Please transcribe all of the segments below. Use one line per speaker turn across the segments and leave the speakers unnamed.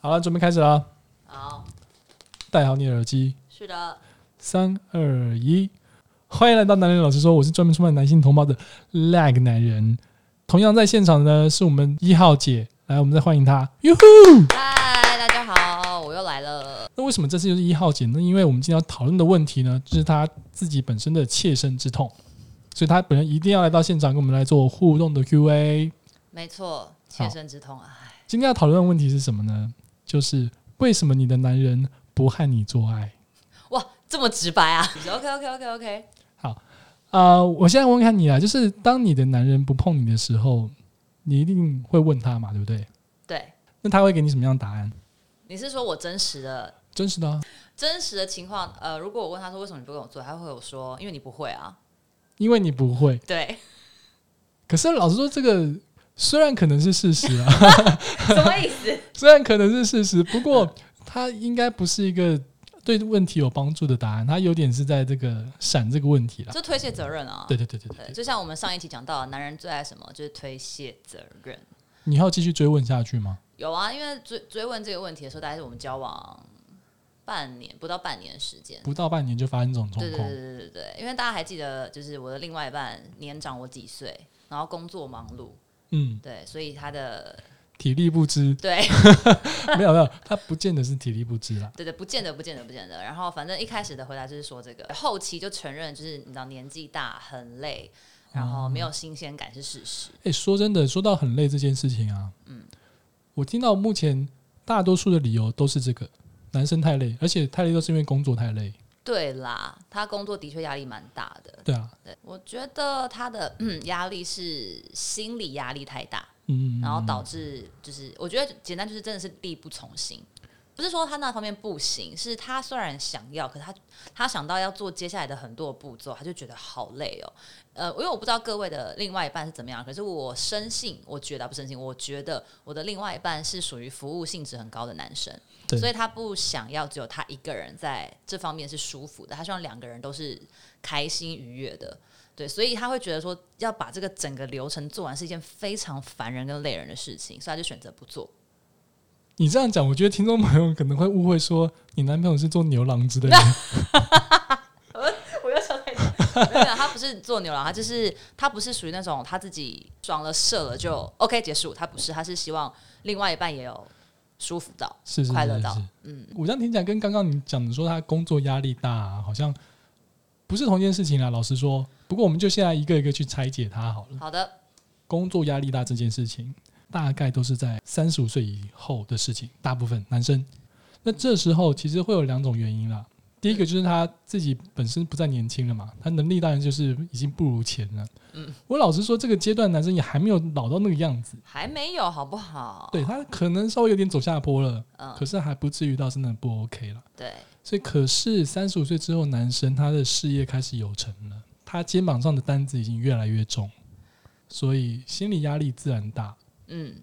好了，准备开始啦！
好，
戴好你的耳机，
是的，
三二一，欢迎来到男人老师说，我是专门出卖男性同胞的 lag 男人。同样在现场呢，是我们一号姐，来，我们再欢迎她。哟呼！
嗨，大家好，我又来了。
那为什么这次又是一号姐呢？因为我们今天要讨论的问题呢，就是她自己本身的切身之痛，所以她本人一定要来到现场跟我们来做互动的 Q&A。
没错，切身之痛啊，唉
今天要讨论的问题是什么呢？就是为什么你的男人不和你做爱？
哇，这么直白啊。OK OK OK OK，
啊、我现在问看你啊，就是当你的男人不碰你的时候，你一定会问他嘛，对不对？
对，
那他会给你什么样的答案？
你是说我真实的
真实的、啊，
真实的情况？呃，如果我问他说为什么你不跟我做，他会有说因为你不会啊。
因为你不会。
对，
可是老实说，这个虽然可能是事实啊，
什么意思？
虽然可能是事实，不过他应该不是一个对问题有帮助的答案，他有点是在这个闪这个问题啦。
就推卸责任啊。
对对对对对，
对，就像我们上一期讲到，男人最爱什么？就是推卸责任。
你还要继续追问下去吗？
有啊，因为追追问这个问题的时候，大概是我们交往半年不到半年的时间。
不到半年就发生这种状
对对
况
对，对对对，因为大家还记得，就是我的另外一半年长我几岁，然后工作忙碌，
嗯，
对，所以他的，
体力不支
对
没有没有，他不见得是体力不支啦。
对对，不见得不见得不见得。然后反正一开始的回答就是说这个，后期就承认就是你知道年纪大很累，然后没有新鲜感是事实。
哎、说真的，说到很累这件事情啊，嗯，我听到目前大多数的理由都是这个，男生太累，而且太累都是因为工作太累。
对啦，他工作的确压力蛮大的，
对啊，
对我觉得他的 嗯压力是心理压力太大，
嗯，
然后导致就是我觉得简单就是真的是力不从心，不是说他那方面不行，是他虽然想要，可是他他想到要做接下来的很多步骤，他就觉得好累哦。呃，因为我不知道各位的另外一半是怎么样，可是我深信，我觉得啊不深信，我觉得我的另外一半是属于服务性质很高的男生，
对
所以他不想要只有他一个人在这方面是舒服的，他希望两个人都是开心愉悦的。对，所以他会觉得说，要把这个整个流程做完是一件非常烦人跟累人的事情，所以他就选择不做。
你这样讲，我觉得听众朋友可能会误会说你男朋友是做牛郎之类的。
我又想太多，没有，他不是做牛郎，他就是他不是属于那种他自己爽了射了就 OK 结束，他不是，他是希望另外一半也有舒服到、
是是是
快乐到
是是，
嗯，
我这样听起来跟刚刚你讲的说他工作压力大、啊，好像不是同一件事情啊啦。老实说，不过我们就现在一个一个去拆解它好了。
好的，
工作压力大这件事情，大概都是在三十五岁以后的事情，大部分男生。那这时候其实会有两种原因啦，第一个就是他自己本身不再年轻了嘛，他能力当然就是已经不如前了。嗯，我老实说，这个阶段男生也还没有老到那个样子，
还没有好不好？
对他可能稍微有点走下坡了，
嗯，
可是还不至于到真的不 OK 了。
对，
所以，可是三十五岁之后，男生他的事业开始有成了，他肩膀上的担子已经越来越重，所以心理压力自然大。
嗯，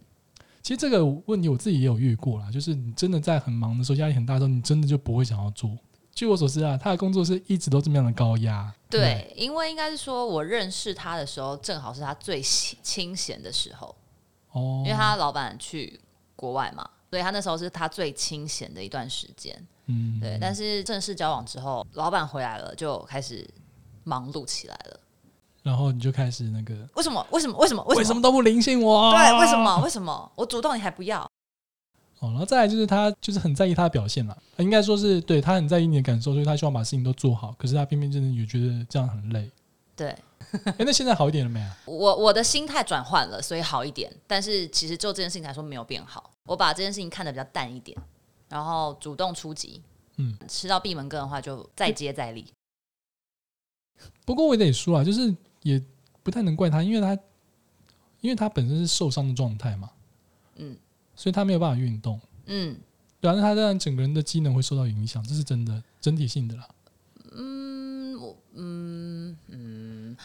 其实这个问题我自己也有遇过啦，就是你真的在很忙的时候，压力很大的时候，你真的就不会想要做。据我所知啊，他的工作是一直都这么样的高压。不，
对，因为应该是说我认识他的时候，正好是他最清清闲的时候，
哦
因，为他老板去国外嘛，所以他那时候是他最清闲的一段时间。
嗯，
对，但是正式交往之后，老板回来了，就开始忙碌起来了。
然后你就开始那个，
为什么？为什么？为什么？为
为
什
什
么？
么都啊不灵性我？
对，为什？么？为什么？我主动你还不要？
哦，然后再来就是他就是很在意他的表现啦，应该说是对他很在意你的感受，所以他希望把事情都做好。可是他偏偏真的也觉得这样很累。
对
哎，那现在好一点了没啊？
我我的心态转换了，所以好一点。但是其实就这件事情来说，没有变好。我把这件事情看得比较淡一点，然后主动出击。
嗯，
吃到闭门羹的话，就再接再厉。
不过我也得说啊，就是也不太能怪他，因为他因为他本身是受伤的状态嘛，
嗯
所以他没有办法运动。
嗯，
对啊，那他当然整个人的机能会受到影响，这是真的，整体性的啦。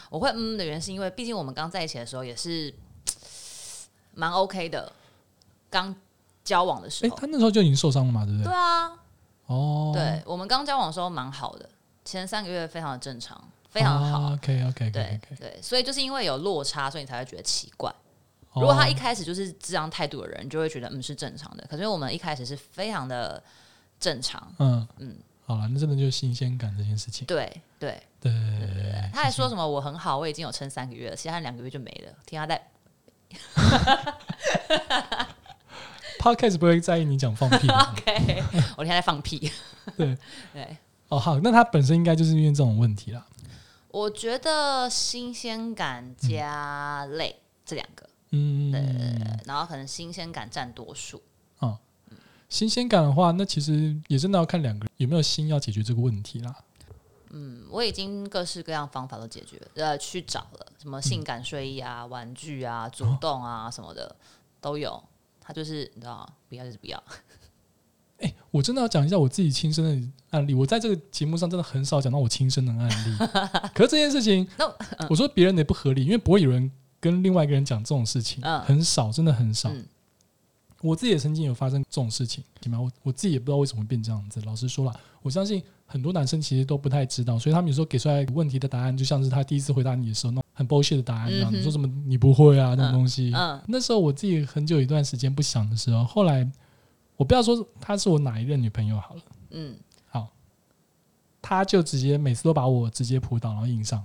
我会嗯的原因是因为，毕竟我们刚在一起的时候也是蛮 OK 的，刚交往的时
诶，
候。
他那时候就已经受伤了嘛，对不对？
对啊，
哦，
对我们刚交往的时候蛮好的，前三个月非常的正
哦
常，非常好。
OK OK OK
对
OK，
对，所以就是因为有落差，所以你才会觉得奇怪。
哦
如果他一开始就是这样态度的人，你就会觉得嗯是正常的。可是我们一开始是非常的正常，
嗯嗯
嗯，
好了，那真的就是新鲜感这件事情。
对对。
对，
他还说什么我很好，我已经有撑三个月了，其他两个月就没了。听他在
podcast 不会在意你讲放屁吧。
OK，我 听他在放屁。
对，
对，
哦好，那他本身应该就是因为这种问题啦。
我觉得新鲜感加累、这两个，
嗯，
对，然后可能新鲜感占多数。
新鲜感的话，那其实也真的要看两个人有没有心要解决这个问题啦。
嗯，我已经各式各样方法都解决，呃，去找了什么性感睡衣啊、玩具啊、主动啊什么的都有。他就是你知道，不要就是不要。
哎、我真的要讲一下我自己亲身的案例。我在这个节目上真的很少讲到我亲身的案 例，可是这件事情
那，呃
我说别人的也不合理，因为不会有人跟另外一个人讲这种事情，
嗯
很少，真的很少。
嗯
我自己也曾经有发生这种事情，起码我我自己也不知道为什么会变这样子。老实说了，我相信很多男生其实都不太知道，所以他们有时候给出来问题的答案，就像是他第一次回答你的时候那种很 bullshit 的答案一样，
嗯哼
你说什么你不会啊那种东西。
嗯
那时候我自己很久一段时间不想的时候，后来我不要说她是我哪一任女朋友好了，
嗯，
她就直接每次都把我直接扑倒，然后硬上，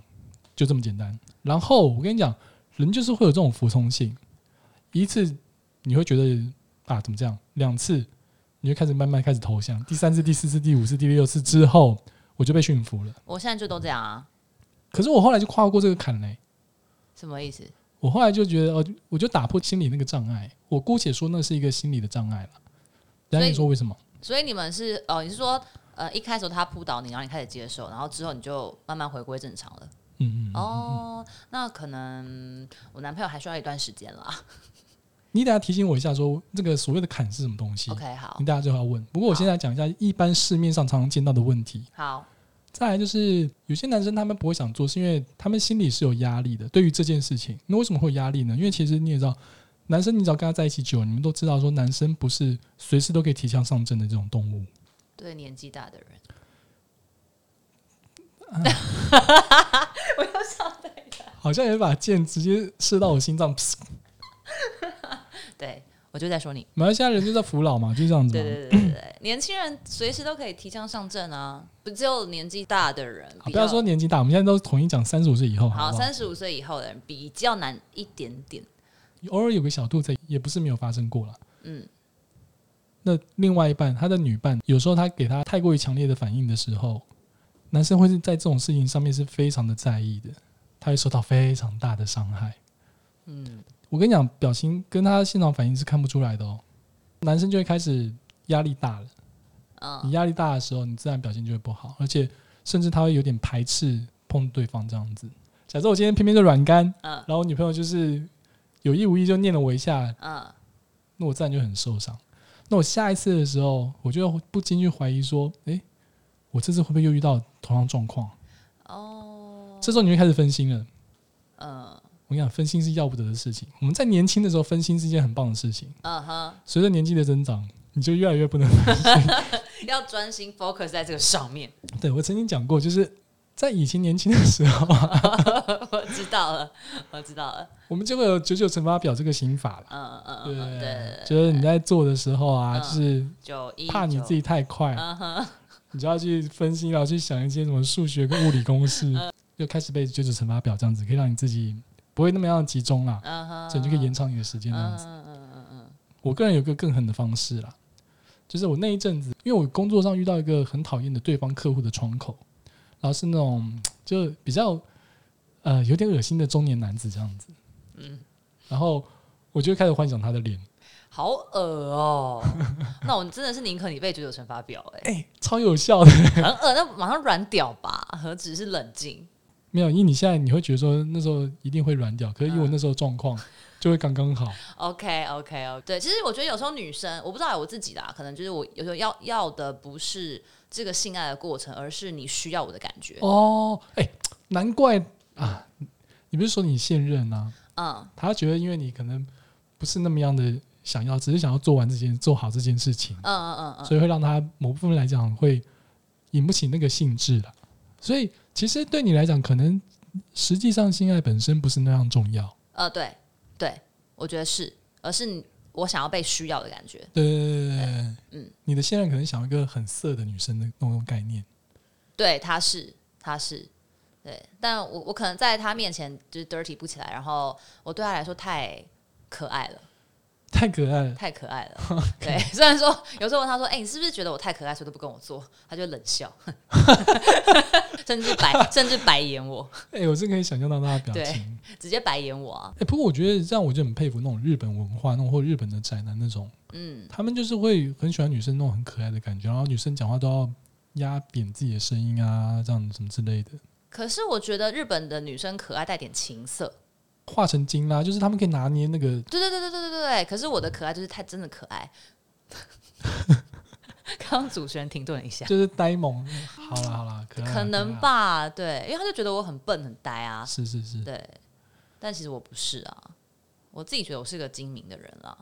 就这么简单。然后我跟你讲，人就是会有这种服从性，一次你会觉得啊怎么这样，两次你就开始慢慢开始投降，第三次、第四次、第五次、第六次之后，我就被驯服了。
我现在就都这样啊，
可是我后来就跨过这个坎嘞、
什么意思？
我后来就觉得，哦，我就打破心理那个障碍。我姑且说那是一个心理的障碍了。人家
所以
你说为什么？
所以你们是哦，你是说呃一开始他扑倒你，然后你开始接受，然后之后你就慢慢回归正常了。
嗯嗯，
哦，那可能我男朋友还需要一段时间啦。
你等下提醒我一下说，这个所谓的坎是什嗯么东西
OK，好
你，大家就要问。不过我
好
现在讲一下一般市面上常常见到的问题。
好，
再来就是有些男生他们不会想做，是因为他们心里是有压力的。对于这件事情，那为什么会有压力呢？因为其实你也知道，男生你只要跟他在一起久，你们都知道说男生不是随时都可以提枪上阵的这种动物。
对年纪大的人，
好像有一把剑直接射到我心脏，
对我就在说你，
马来西亚人就在服老嘛，就这样子嘛。
对对对对对对，年轻人随时都可以提枪上阵啊，不只有年纪大的人
好
比
不要
较
说年纪大，我们现在都统一讲三十五岁以后好
好，
不好？
三十五岁以后的人比较难一点点。
偶尔有个小肚子也不是没有发生过啦。
嗯，
那另外一半，他的女伴，有时候他给他太过于强烈的反应的时候，男生会是在这种事情上面是非常的在意的，他会受到非常大的伤害。
嗯，
我跟你讲，表情跟他现场反应是看不出来的哦。男生就会开始压力大了，
嗯
你压力大的时候，你自然表现就会不好，而且甚至他会有点排斥碰对方这样子。假设我今天偏偏就软干，
嗯
然后我女朋友就是有意无意就念了我一下，
嗯，
那我自然就很受伤。那我下一次的时候，我就不禁去怀疑说，诶，我这次会不会又遇到同样状况？
哦，
这时候你就开始分心了。
嗯
我跟你讲，分心是要不得的事情。我们在年轻的时候，分心是一件很棒的事情。
嗯哼，
随着年纪的增长，你就越来越不能
要专心 focus 在这个上面。
对我曾经讲过，就是在以前年轻的时候啊，
我知道了，我知道了，
我们就会有九九乘法表这个刑法了。
嗯嗯
对
嗯，对，
就是你在做的时候啊，
嗯
就是
九一
怕你自，己太快
九，嗯哼，
你就要去分析，然后去想一些什么数学跟物理公式，
嗯
就开始背九九乘法表这样子，可以让你自己不会那么样集中啦，
嗯哼，
所以你就可以延长你的时间
嗯
这样子。
嗯嗯嗯
我个人有个更狠的方式啦，就是我那一阵子，因为我工作上遇到一个很讨厌的对方客户的窗口，然后是那种就比较呃有点恶心的中年男子这样子，嗯，然后我就开始幻想他的脸，
嗯，好恶 哦，那我真的是宁可你被九九乘法表，哎，
哎、超有效的。
很恶，那马上软屌吧，何止是冷静，
没有，因为你现在你会觉得说那时候一定会软掉，可是
嗯
以我那时候状况就会刚刚好。
OK OK OK，对，其实我觉得有时候女生，我不知道我自己啦，可能就是我有时候要要的不是这个性爱的过程，而是你需要我的感觉。
哦，哎、难怪啊！你不是说你现任啊？
嗯，
他觉得因为你可能不是那么样的想要，只是想要做完这件做好这件事情
嗯，嗯嗯嗯，
所以会让他某部分来讲会引不起那个兴致了。所以其实对你来讲，可能实际上性爱本身不是那样重要，
呃，对对，我觉得是，而是你我想要被需要的感觉。
对对对对对对，嗯
嗯，
你的现任可能想要一个很色的女生的那种概念，
对，他是，他是，对，但我我可能在他面前就是 dirty 不起来，然后我对他来说太可爱了，
太可爱了。
太可爱了。对， 虽然说有时候问他说：“哎、你是不是觉得我太可爱，所以都不跟我做？”他就冷笑， 甚至白甚至白眼我，
哎、我真可以想象到他的表
对
情。
直接白眼我啊。
哎、不过我觉得让我就很佩服那种日本文化，那种或日本的宅男那种，
嗯，
他们就是会很喜欢女生那种很可爱的感觉，然后女生讲话都要压扁自己的声音啊，这样什么之类的，
可是我觉得日本的女生可爱带点情色，
化成精啦，就是他们可以拿捏那个
对对对对对对对对。可是我的可爱就是太真的可爱。刚刚主持人停顿了一下。
就是呆萌。好啦好啦，可爱啦
啊可能。吧，对，因为他就觉得我很笨很呆
可爱啦
啊，
是是是，
对，但其实我不是啊，我自己觉得我是个精明的人啦，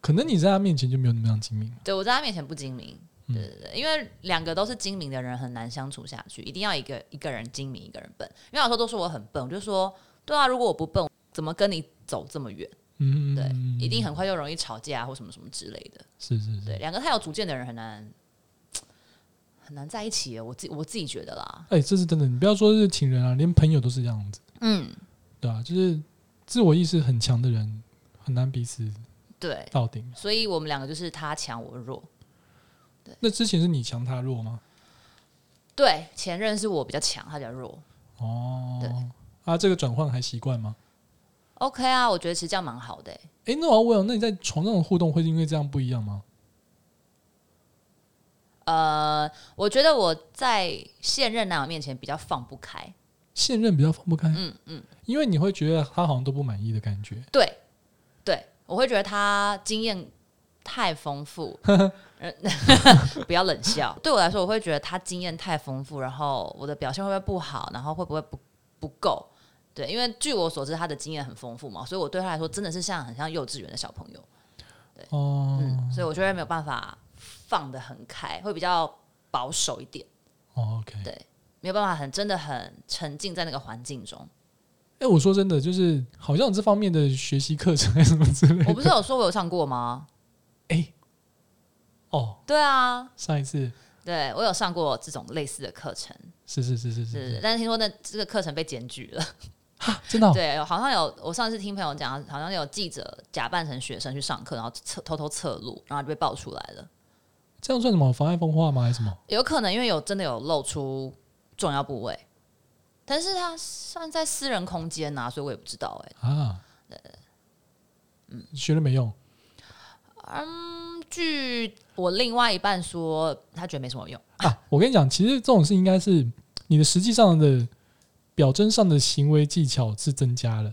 可能你在他面前就没有那么样精明。
对我在他面前不精明，对对对，因为两个都是精明的人很难相处下去，一定要一个一个人精明，一个人笨，因为有时候都说我很笨，我就说，对啊，如果我不笨，怎么跟你走这么远？
嗯，
对，一定很快就容易吵架啊或什么什么之类的，
是是是。
对，两个太有主见的人很难很难在一起耶，我自我自己觉得啦，
哎、这是真的，你不要说是情人啊，连朋友都是这样子，
嗯，
对啊，就是自我意识很强的人很难彼此
对。
到顶。
所以我们两个就是他强我弱。
那之前是你强他弱吗？
对，前任是我比较强，他比较弱。
哦，啊，这个转换还习惯吗？
OK 啊，我觉得其实这样蛮好的欸、
哎、那我要问哦，那你在床上的互动会因为这样不一样吗？
呃，我觉得我在现任男友面前比较放不开。
现任比较放不开，
嗯嗯，
因为你会觉得他好像都不满意的感觉。
对对，我会觉得他经验太丰 富。呃不要冷笑。对我来说，我会觉得他经验太丰富，然后我的表现会不会不好，然后会不会不不够？对，因为据我所知，他的经验很丰富嘛，所以我对他来说真的是像很像幼稚园的小朋友。
哦、
嗯，所以我就会没有办法放得很开，会比较保守一点，
哦，OK。
对没有办法很真的很沉浸在那个环境中。
哎、我说真的，就是好像有这方面的学习课程还是什么之类
我
的。
不是有说我有上过吗？
哦，
对啊，
上一次
对我有上过这种类似的课程，
是是是是
对
是
对对
是，
但是听说那这个课程被检举了，
哈，真的、哦，
对，好像有我上次听朋友讲，好像有记者假扮成学生去上课，然后侧偷偷侧录，然后就被爆出来了。
这样算什么妨碍风化吗？还是什么？
有可能因为有真的有露出重要部位，但是他算在私人空间呐、所以我也不知道哎、
啊，
嗯
学了没用，
据我另外一半说，他觉得没什么用。
啊，我跟你讲，其实这种事应该是你的实际上的表征上的行为技巧是增加了，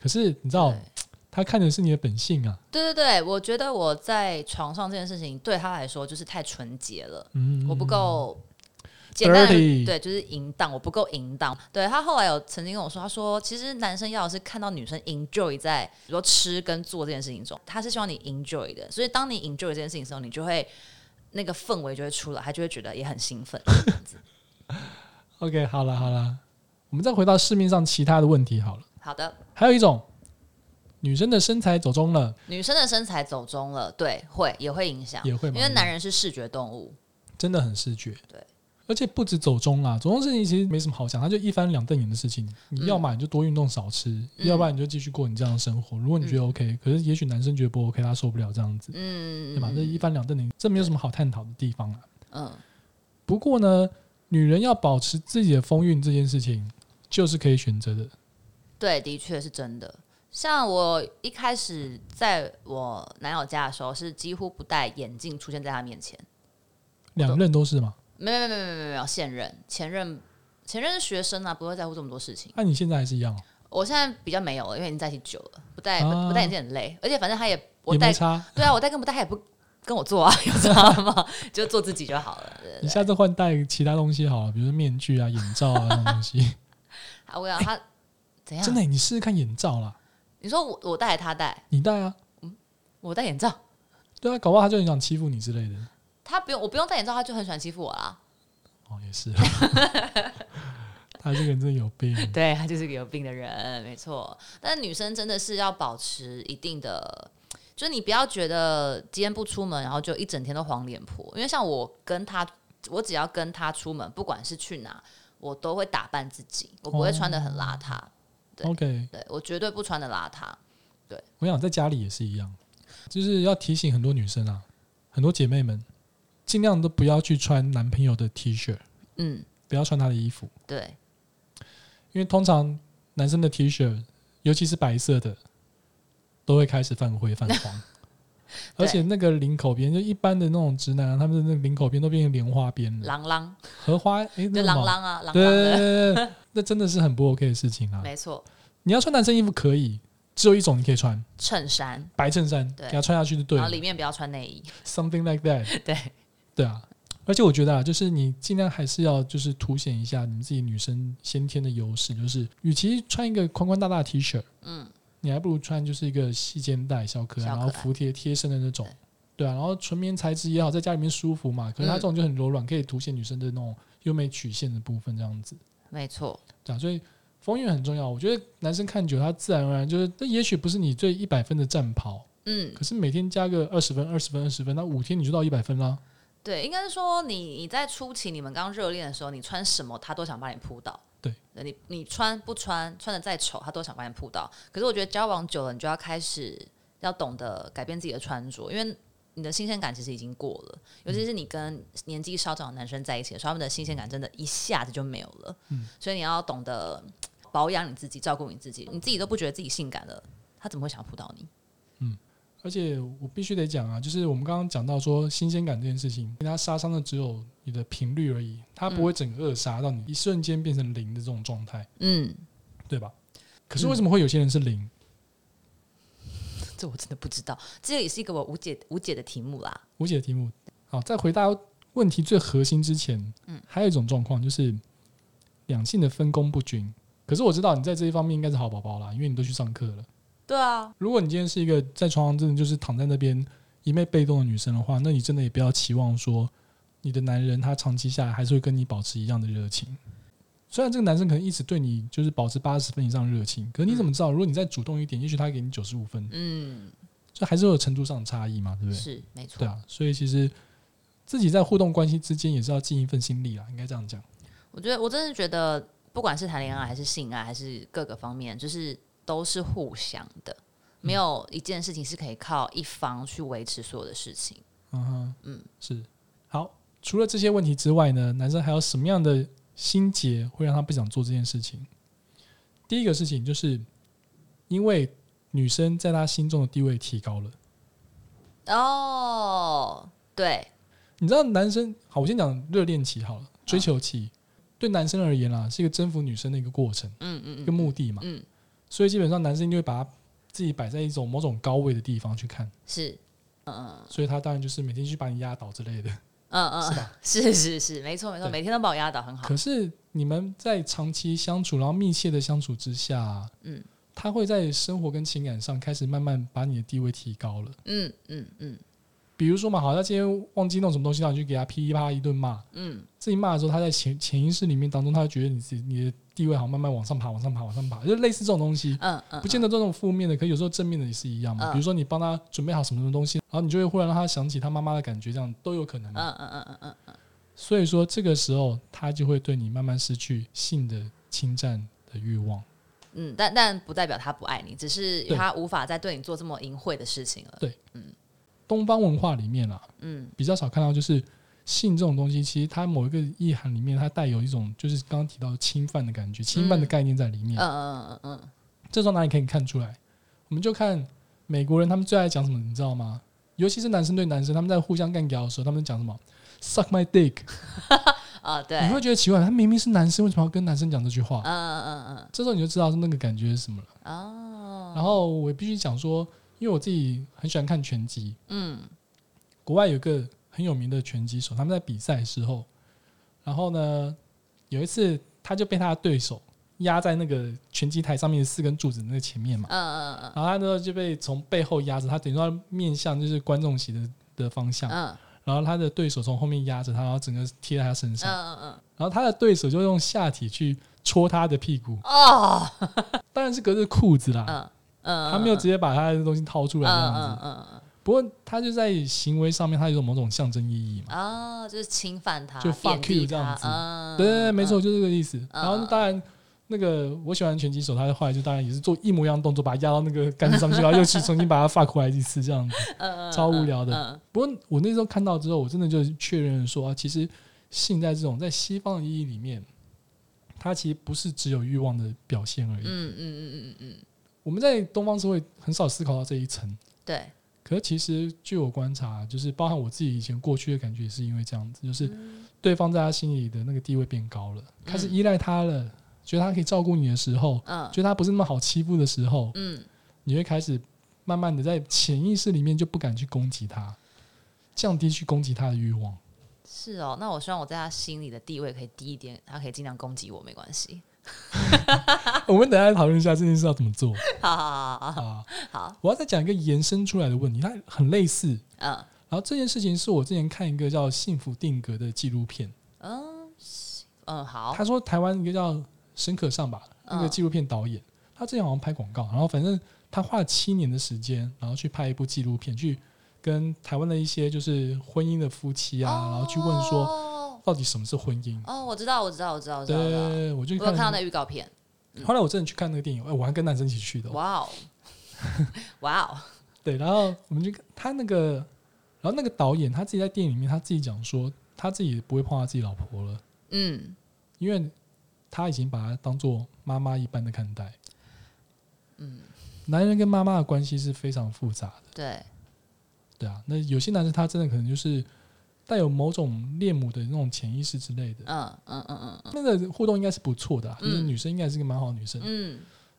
可是你知道，他看的是你的本性啊，
对对对，我觉得我在床上这件事情对他来说就是太纯洁了，
嗯，
我不够简单
Dirty
的，对，就是淫荡，我不够淫荡。对他后来有曾经跟我说，他说其实男生要的是看到女生 enjoy 在比如说吃跟做这件事情中，他是希望你 enjoy 的，所以当你 enjoy 这件事情的时候，你就会那个氛围就会出来，他就会觉得也很兴奋。
OK，好了好了，我们再回到市面上其他的问题好了，
好的，
还有一种，女生的身材走中了
女生的身材走中了，对，会也会影响，
也会
啊因
吗？
为男人是视觉动物。
真的很视觉，
对。
而且不止走中啊啦，走中事情其实没什么好讲，它就一翻两瞪眼的事情。你要
嗯
嘛你就多运动少吃，要不然你就继续过你这样的生活。如果你觉得 OK，、可是也许男生觉得不 OK，他受不了这样子。
嗯，
对吧？这一翻两瞪眼，这没有什么好探讨的地方啊。
嗯，
不过呢，女人要保持自己的风韵这件事情，就是可以选择的。
对，的确是真的。像我一开始在我男友家的时候，是几乎不戴眼镜出现在他面前。
两任都是嘛？
没有没有没有没有没有没有现任前任前任是学生啊，不会在乎这么多事情。
那、你现在还是一样哦、
我现在比较没有了，因为已经在一起久了，不戴、
啊
不不戴眼镜很累，而且反正他也我
也没
戴
差。
对啊，我戴跟不戴他也不跟我做啊， 你知道吗？就做自己就好了。对
你下次换戴其他东西好了，比如说面具啊、眼罩啊那种 东西。
啊，我想他、怎样？
哎真的、你试试看眼罩啦，
你说我我戴还是他戴？
你戴啊。
我戴眼罩，
对啊，搞不好他就很想欺负你之类的。
他不用我不用戴眼罩，他就很喜欢欺负我啦。
哦，也是。哦他这个人真的有病。
对他就是个有病的人，没错。但女生真的是要保持一定的，就是你不要觉得今天不出门，然后就一整天都黄脸婆。因为像我跟他，我只要跟他出门，不管是去哪，我都会打扮自己，我不会穿的很邋遢，
哦
对
OK，
对我绝对不穿的邋遢。
我想在家里也是一样，就是要提醒很多女生啊，很多姐妹们，尽量都不要去穿男朋友的 T 恤，
嗯，
不要穿他的衣服，
对，
因为通常男生的 T 恤，尤其是白色的，都会开始泛灰 泛黄，而且那个领口边，就一般的那种直男啊、他们的那个领口边都变成莲花边了，
郎朗
荷花诶，那
就
个
郎
嗯嘛
朗啊，郎朗
对对
的，
对对对，那真的是很不 OK 的事情啊！
没错，
你要穿男生衣服可以，只有一种你可以穿，
衬衫，
白衬衫，
对
给他穿下去就对
然
了
后里面不要穿内衣，
，something like that，
对，
对啊。而且我觉得啊，就是你尽量还是要就是凸显一下你们自己女生先天的优势，就是与其穿一个宽宽大大的 T 恤，
嗯，
你还不如穿就是一个细肩带小可爱，
小可
然
爱
后服帖贴身的那种，对啊。然后纯棉材质也好，在家里面舒服嘛，
嗯
可是它这种就很柔软，可以凸显女生的那种优美曲线的部分，这样子。
没错，
对啊，所以风韵很重要。我觉得男生看久，他自然而然就是，那也许不是你最一百分的战袍，
嗯，
可是每天加个二十分、二十分、二十分，那五天你就到一百分啦。
对，应该是说你你在初期你们刚热恋的时候，你穿什么他都想把你扑倒。
对，
你你穿不穿，穿的再丑，他都想把你扑倒。可是我觉得交往久了，你就要开始要懂得改变自己的穿着，因为你的新鲜感其实已经过了。尤其是你跟年纪稍长的男生在一起的时候，他们的新鲜感真的一下子就没有了。
嗯
所以你要懂得保养你自己，照顾你自己，你自己都不觉得自己性感了，他怎么会想要扑倒你？
而且我必须得讲啊，就是我们刚刚讲到说新鲜感这件事情，它杀伤的只有你的频率而已，它不会整个扼杀到你一瞬间变成零的这种状态，
嗯，
对吧？可是为什么会有些人是零？
这我真的不知道，这也是一个我无解无解的题目啦。
无解的题目。好，在回答问题最核心之前，嗯，还有一种状况就是两性的分工不均。可是我知道你在这一方面应该是好宝宝啦，因为你都去上课了。
对啊，
如果你今天是一个在床上真的就是躺在那边一昧被动的女生的话，那你真的也不要期望说你的男人他长期下来还是会跟你保持一样的热情。虽然这个男生可能一直对你就是保持八十分以上热情，可是你怎么知道？如果你再主动一点，也许他给你九十五分，
嗯，
就还是会有程度上的差异嘛，对不对？
是没错。
对啊，所以其实自己在互动关系之间也是要尽一份心力啦，应该这样讲。
我觉得我真的觉得，不管是谈恋爱还是性爱，还是各个方面，就是都是互相的，没有一件事情是可以靠一方去维持所有的事情。
嗯哼，
嗯
嗯，是。好，除了这些问题之外呢，男生还有什么样的心结会让他不想做这件事情？第一个事情就是，因为女生在他心中的地位提高了。
哦，对，
你知道男生好，我先讲热恋期好了，追求期、对男生而言啦，是一个征服女生的一个过程，
啊嗯嗯
一个
嗯，
目的嘛。
嗯，
所以基本上男生就会把他自己摆在一种某种高位的地方去看。
是，
所以他当然就是每天去把你压倒之 类的。
嗯嗯，是是是，没错没错，
对
每天都把我压倒，很好
可。是你们在长期相处，然后密切的相处之下，
嗯，
他会在生活跟情感上开始慢慢把你的地位提高了。
嗯嗯嗯
比如说嘛，好，他今天忘记弄什么东西，然后你就给他噼里啪啦一顿骂。
嗯，
自己骂的时候，他在潜潜意识里面当中，他会觉得你自己你的地位好像慢慢往上爬，往上爬，往上爬，就类似这种东西。
嗯嗯，
不见得这种负面的，可有时候正面的也是一样嘛。
嗯
比如说你帮他准备好什么什么东西，然后你就会忽然让他想起他妈妈的感觉，这样都有可能嘛。
嗯嗯嗯嗯嗯嗯，
所以说，这个时候他就会对你慢慢失去性的侵占的欲望。
嗯，但但不代表他不爱你，只是
对
他无法再对你做这么淫秽的事情了。
东方文化里面啊，
嗯，
比较少看到，就是性这种东西，其实它某一个意涵里面，它带有一种就是刚刚提到的侵犯的感觉、侵犯的概念在里面。
嗯嗯嗯嗯嗯，
这从哪里可以看出来？我们就看美国人他们最爱讲什么，你知道吗？尤其是男生对男生，他们在互相干掉的时候，他们讲什么？Suck my dick，
啊，对，
你会觉得奇怪，他明明是男生，为什么要跟男生讲这句话？
嗯嗯
这时候你就知道是那个感觉是什么了。
嗯，哦，
然后我必须讲说，因为我自己很喜欢看拳击，
嗯
国外有一个很有名的拳击手，他们在比赛的时候，然后呢，有一次他就被他的对手压在那个拳击台上面的四根柱子那个前面嘛
嗯，嗯嗯
然后他那时候就被从背后压着，他等于说他面向就是观众席的的方向，
嗯，
然后他的对手从后面压着他，然后整个贴在他身上，
嗯嗯
然后他的对手就用下体去戳他的屁股
嗯，，哦，
当然是隔着裤子啦，
嗯嗯，
他没有直接把他的东西掏出
嗯
来这样子。
嗯嗯
不过他就在行为上面，他有某种象征意义嘛。
嗯，哦，就是侵犯他，
就 fuck
贬低
you 这样
他
子
嗯，
对对对，没错，就是这个意思。
嗯
然后当然，那个我喜欢拳击手，他后来就当然也是做一模一样的动作，把他压到那个杆子上去，然后又去重新把他发过来一次这样 子。
嗯，嗯嗯
超无聊的
嗯
不过我那时候看到之后，我真的就确认说，啊其实性在这种在西方的意义里面，它其实不是只有欲望的表现而已。
嗯嗯嗯嗯嗯嗯，
我们在东方社会很少思考到这一层，
对，
可是其实据我观察，就是包含我自己以前过去的感觉，也是因为这样子，就是
嗯
对方在他心里的那个地位变高了，开始依赖他了，觉得他可以照顾你的时候，
嗯
觉得他不是那么好欺负的时候，
嗯，
你会开始慢慢的在潜意识里面就不敢去攻击他，降低去攻击他的欲 望。
是哦，那我希望我在他心里的地位可以低一点，他可以尽量攻击我，没关系。
我们等一下来讨论一下这件事要怎么做
好好好好好，
啊！
好，
我要再讲一个延伸出来的问题，它很类似。
嗯
然后这件事情是我之前看一个叫《幸福定格》的纪录片，
嗯嗯，好，
他说台湾一个叫沈可上吧，那个
嗯
纪录片导演，他之前好像拍广告，然后反正他花了七年的时间，然后去拍一部纪录片，去跟台湾的一些就是婚姻的夫妻
哦
啊，然后去问说
说，
到底什么是婚姻。
哦，我知道，我知道，我知道，我知
对
道，
对
我
对
知道
对，我就
我有看到
看
那。预告片，
后来我真的去看那个电影，哎，我还跟男生一起去的哦。
哇哦，哇哦，
对，然后我们就看他那个，然后那个导演他自己在电影里面他自己讲说，他自己不会碰他自己老婆了，
嗯
因为他已经把她当做妈妈一般的看待。
嗯，
男人跟妈妈的关系是非常复杂的，
对，
对啊。那有些男生他真的可能就是带有某种恋母的那种潜意识之类的，
嗯嗯嗯嗯
那个互动应该是不错的、啊，就是
嗯
女生应该是个蛮好的女生，
嗯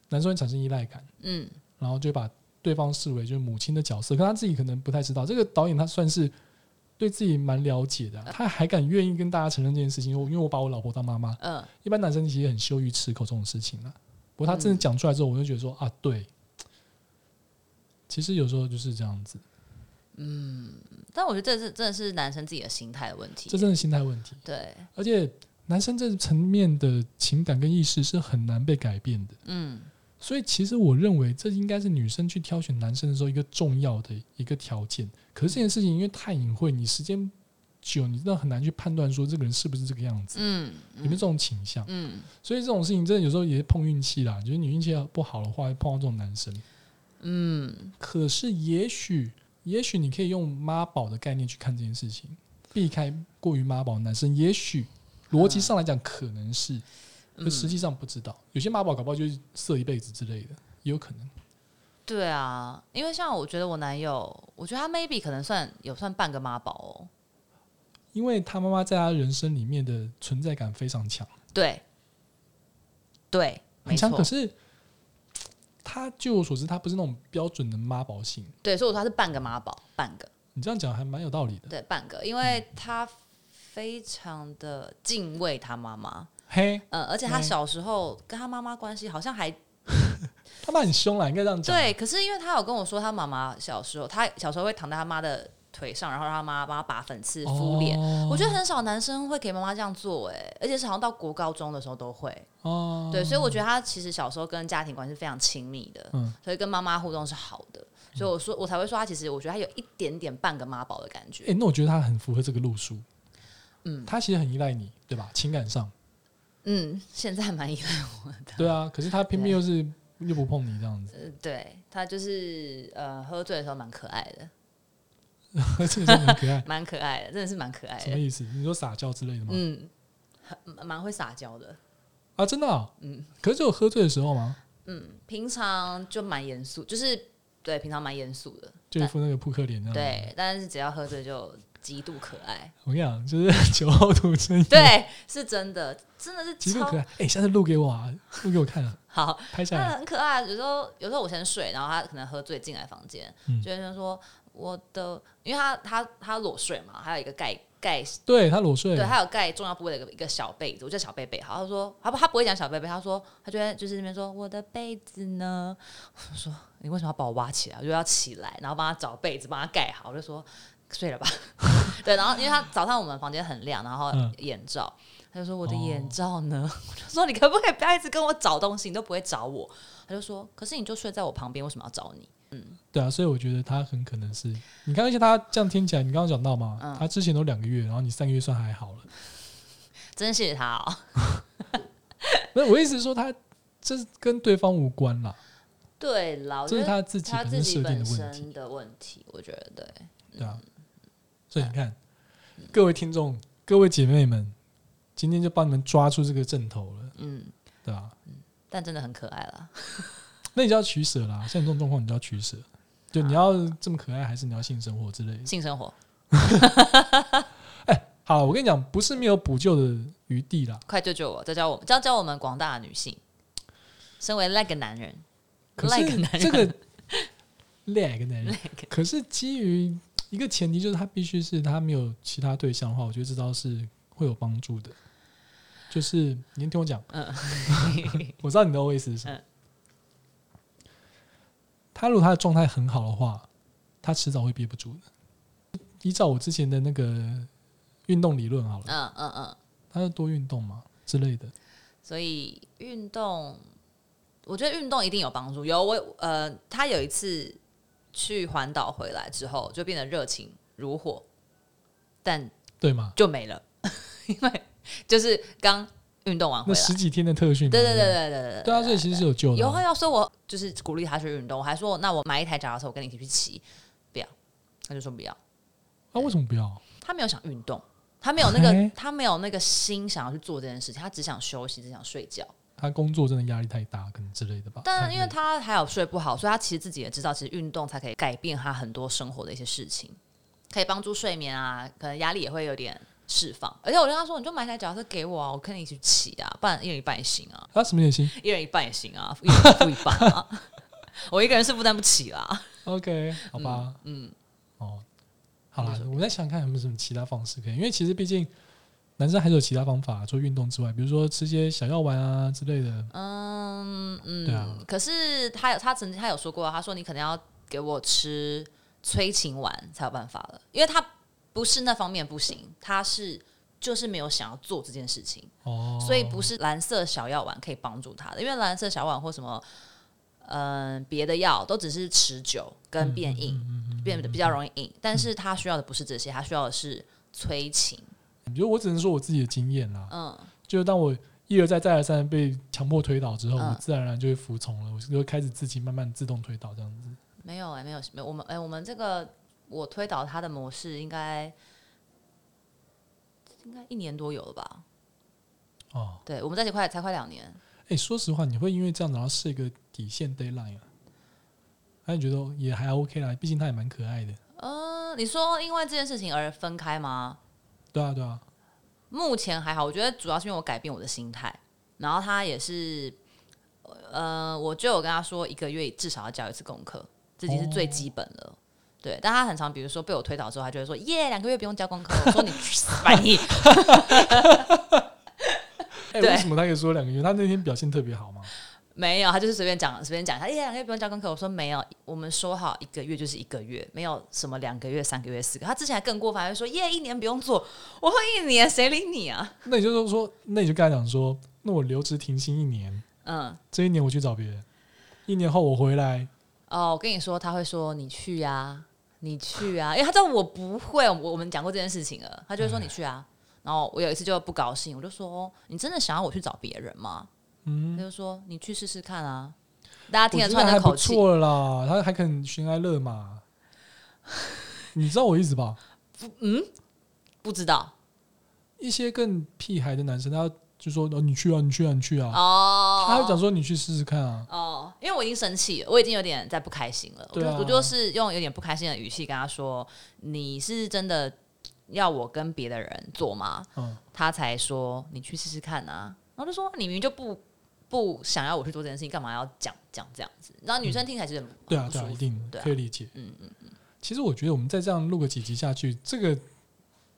男生会产生依赖感，
嗯
然后就把对方视为就是母亲的角色，可他自己可能不太知道。这个导演他算是对自己蛮了解的啊、
嗯
他还敢愿意跟大家承认这件事情，我因为我把我老婆当妈妈，
嗯
一般男生其实很羞于吃口这种事情啊。不过他真的讲出来之后，我就觉得说、啊，对，其实有时候就是这样子，
嗯，但我觉得这是真的是男生自己的心态的问题
这，真的心态问题。
对，
而且男生这层面的情感跟意识是很难被改变的，
嗯
所以其实我认为这应该是女生去挑选男生的时候一个重要的一个条件。可是这件事情因为太隐晦，你时间久，你真的很难去判断说这个人是不是这个样子，
嗯
有没有这种倾向。
嗯。
所以这种事情真的有时候也是碰运气啦，就是你运气不好的话，会碰到这种男生。
嗯，
可是也许，也许你可以用妈宝的概念去看这件事情，避开过于妈宝的男生。也许逻辑上来讲可能是，可
嗯
实际上不知道。有些妈宝搞不好就是色一辈子之类的，也有可能。
对啊，因为像我觉得我男友，我觉得他 maybe 可能算有算半个妈宝哦。
因为他妈妈在他人生里面的存在感非常强，
对，对，
很
没
强。
错
可，是，他据我所知，他不是那种标准的妈宝型。
对，所以我说他是半个妈宝，半个，
你这样讲还蛮有道理的。
对，半个，因为
嗯
他非常的敬畏他妈妈，
嘿，
呃，而且他
嗯
小时候跟他妈妈关系好像还
他妈很凶啦，应该这样讲。
对，可是因为他有跟我说，他妈妈小时候，他小时候会躺在他妈的腿上，然后让他妈帮他把粉刺敷脸。
哦
我觉得很少男生会给妈妈这样做、哎，而且是好像到国高中的时候都会。
哦，
对，所以我觉得他其实小时候跟家庭关系非常亲密的，
嗯
所以跟妈妈互动是好的。所以我说，我才会说他其实，我觉得他有一点点半个妈宝的感
哎、
觉。
那我觉得他很符合这个路数。
嗯
他其实很依赖你，对吧？情感 上，
嗯，现在蛮依赖我的。
对啊。可是他偏偏又是又不碰你这样子，
呃对他就是呃，喝醉的时候蛮可爱的，
这个真的很可 爱。
蛮可爱的，真的是蛮可爱
什么
的。
意思？你说撒娇之类的吗？
嗯，很蛮会撒娇的。
啊，真的、啊。可是只有喝醉的时候吗？
嗯，平常就蛮严肃，就是对，平常蛮严肃的。
就一副那个扑克脸这样。，
对，但是只要喝醉就极度可爱。
我跟你讲，就是 酒后吐真言，
对，是真的，真的是
嗯极度可爱。
超
哎、下次录给我啊，录给我看啊，
好。
拍下
他
来。
很可爱，有时候有时候我先睡，然后他可能喝醉进来房间，
嗯
就会先说我的，因为他他他裸睡嘛，还有一个盖盖，
对他裸睡
对，，他有盖重要部位的一个一个小被子，我叫小贝贝。好，他说他不他不会讲小贝贝，他说他就会就是那边说我的被子呢， 我说你为什么要把我挖起来？我就要起来，然后帮他找被子，帮他盖好。我就说睡了吧？ 对，然后因为他早上我们房间很亮，然后
嗯
眼罩，他就说我的
哦
眼罩呢？ 我就说你可不可以不要一直跟我找东西，你都不会找我。他就说，可是你就睡在我旁边，为什么要找你？
对啊，所以我觉得他很可能是你看，而且他这样听起来，你刚刚讲到嘛，
嗯
他之前都两个月，然后你三个月算还好了。
真谢谢他哦。
那我意思是说他，这跟对方无关啦，
对啦，我
这是
觉得
他自己
他
本身
自己
设定的问题，
本身嗯的问题，我觉得对。
对啊。所以你看，各位听众、各位姐妹们，今天就帮你们抓住这个正头了，
嗯，
对吧、
但真的很可爱啦。
那你就要取舍啦，像你这种状况，你就要取舍。就你要这么可爱，还是你要性生活之类的？
性生活
好，我跟你讲，不是没有补救的余地啦。
快救救我！教教我们，教教我们广大的女性，身为 leg 男人
可
，leg 男
是这
人，
个 lag 男人，可是基于一个前提，就是他必须是他没有其他对象的话，我觉得这招是会有帮助的。就是你先听我讲，
嗯
我知道你的 OS 是什么。他如果他的状态很好的话，他迟早会憋不住的。依照我之前的那个运动理论好了，
嗯嗯嗯。
他要多运动嘛之类的。
所以运动，我觉得运动一定有帮助。有我呃，他有一次去环岛回来之后，就变得热情如火，但
对嘛？
就没了， 因为就是刚运动完回
那
来。
十几天的特训嘛，
对对
对
对
不
对对对
对啊，所以其实是有救的
有
啊、
话要说我就是鼓励他去运动，我还说那我买一台脚踏车，我跟你一起去骑，不要，他就说不要，
啊，为什么不要？
他没有想运动，他没有那个
哎
他没有那个心想要去做这件事情，他只想休息，只想睡觉。
他工作真的压力太大，可能之类的吧。
但
太
因为
累
他还有睡不好，所以他其实自己也知道，其实运动才可以改变他很多生活的一些事情，可以帮助睡眠啊，可能压力也会有点释放。而且我跟他说，你就买台脚踏车给我啊，我跟你一起骑啊，不然一人一半也行啊，
他什么也行。
一人一半也行啊，一人付一半啊， 我一个人是负担不起啦。
OK，好吧，嗯，哦，好啦，我在想看有没有什么其他方式可以，因为其实毕竟男生还是有其他方法，除了运动之外，比如说吃些小药丸啊之类的。
嗯嗯，
对啊
可是他有他曾经他有说过，他说你可能要给我吃催情丸才有办法了，因为他不是那方面不行，他是就是没有想要做这件事情。
哦，
所以不是蓝色小药丸可以帮助他的，因为蓝色小丸或什么，嗯、别的药都只是持久跟变硬，
嗯
变得比较容易硬。但是他需要的不是这些，他需要的是催情。
比如我只能说我自己的经验啦，
嗯，
就是当我一而再再而三地被强迫推倒之后，
嗯
我自然而然就会服从了，我就会开始自己慢慢自动推倒这样子。
没有哎、没有没有，我们哎、我们这个我推导他的模式应该应该一年多有了吧？
哦，
对，我们在一起快才快两年，
哎，说实话，你会因为这样然后设一个底线 deadline 啊？那、你觉得也还 OK 啦，毕竟他也蛮可爱的。
嗯，你说因为这件事情而分开吗？
对啊，对啊，
目前还好，我觉得主要是因为我改变我的心态，然后他也是，呃，我就有跟他说一个月至少要交一次功课，这已经是最基本了。对，但他很常，比如说被我推倒之后，他就会说：“耶，两个月不用交功课。”我说：“你去死吧你！
哎、
对
为什么他可以说两个月？他那天表现特别好吗？
没有，他就是随便讲，随便讲一下。哎耶，两个月不用交功课。”我说：“没有，我们说好一个月就是一个月，没有什么两个月、三个月、四个。”他之前还更过分，还会说：“耶，一年不用做。”我说：“一年谁理你啊
那你就是说，那你就跟他讲说，那我留职停薪一年，？”
嗯，
这一年我去找别人，一年后我回来，
哦，我跟你说，他会说你去呀、你去啊，因为他知道我不会，我我们讲过这件事情了，他就会说你去啊。然后我有一次就不高兴，我就说你真的想要我去找别人吗？
嗯，
他就说你去试试看啊。大家
我
听
觉
得
得
出来
还
那
不
口气，
错啦，他还肯寻哀乐嘛，你知道我意思吧？
嗯不知道
一些更屁孩的男生，他就说哦，你去啊，你去啊，你去啊，
哦。
他会讲说你去试试看啊，
哦，因为我已经生气了，我已经有点在不开心了。我
对
就
啊
我就是用有点不开心的语气跟他说：“你是真的要我跟别的人做吗？”
嗯，
他才说你去试试看啊。然后就说你明明就不不想要我去做这件事情，干嘛要讲讲这样子？然后女生听起来其实很不
对啊，
不
对
舒
啊，
服
一定
对啊
可以理解，
嗯
嗯嗯。其实我觉得我们再这样录个几集下去，这个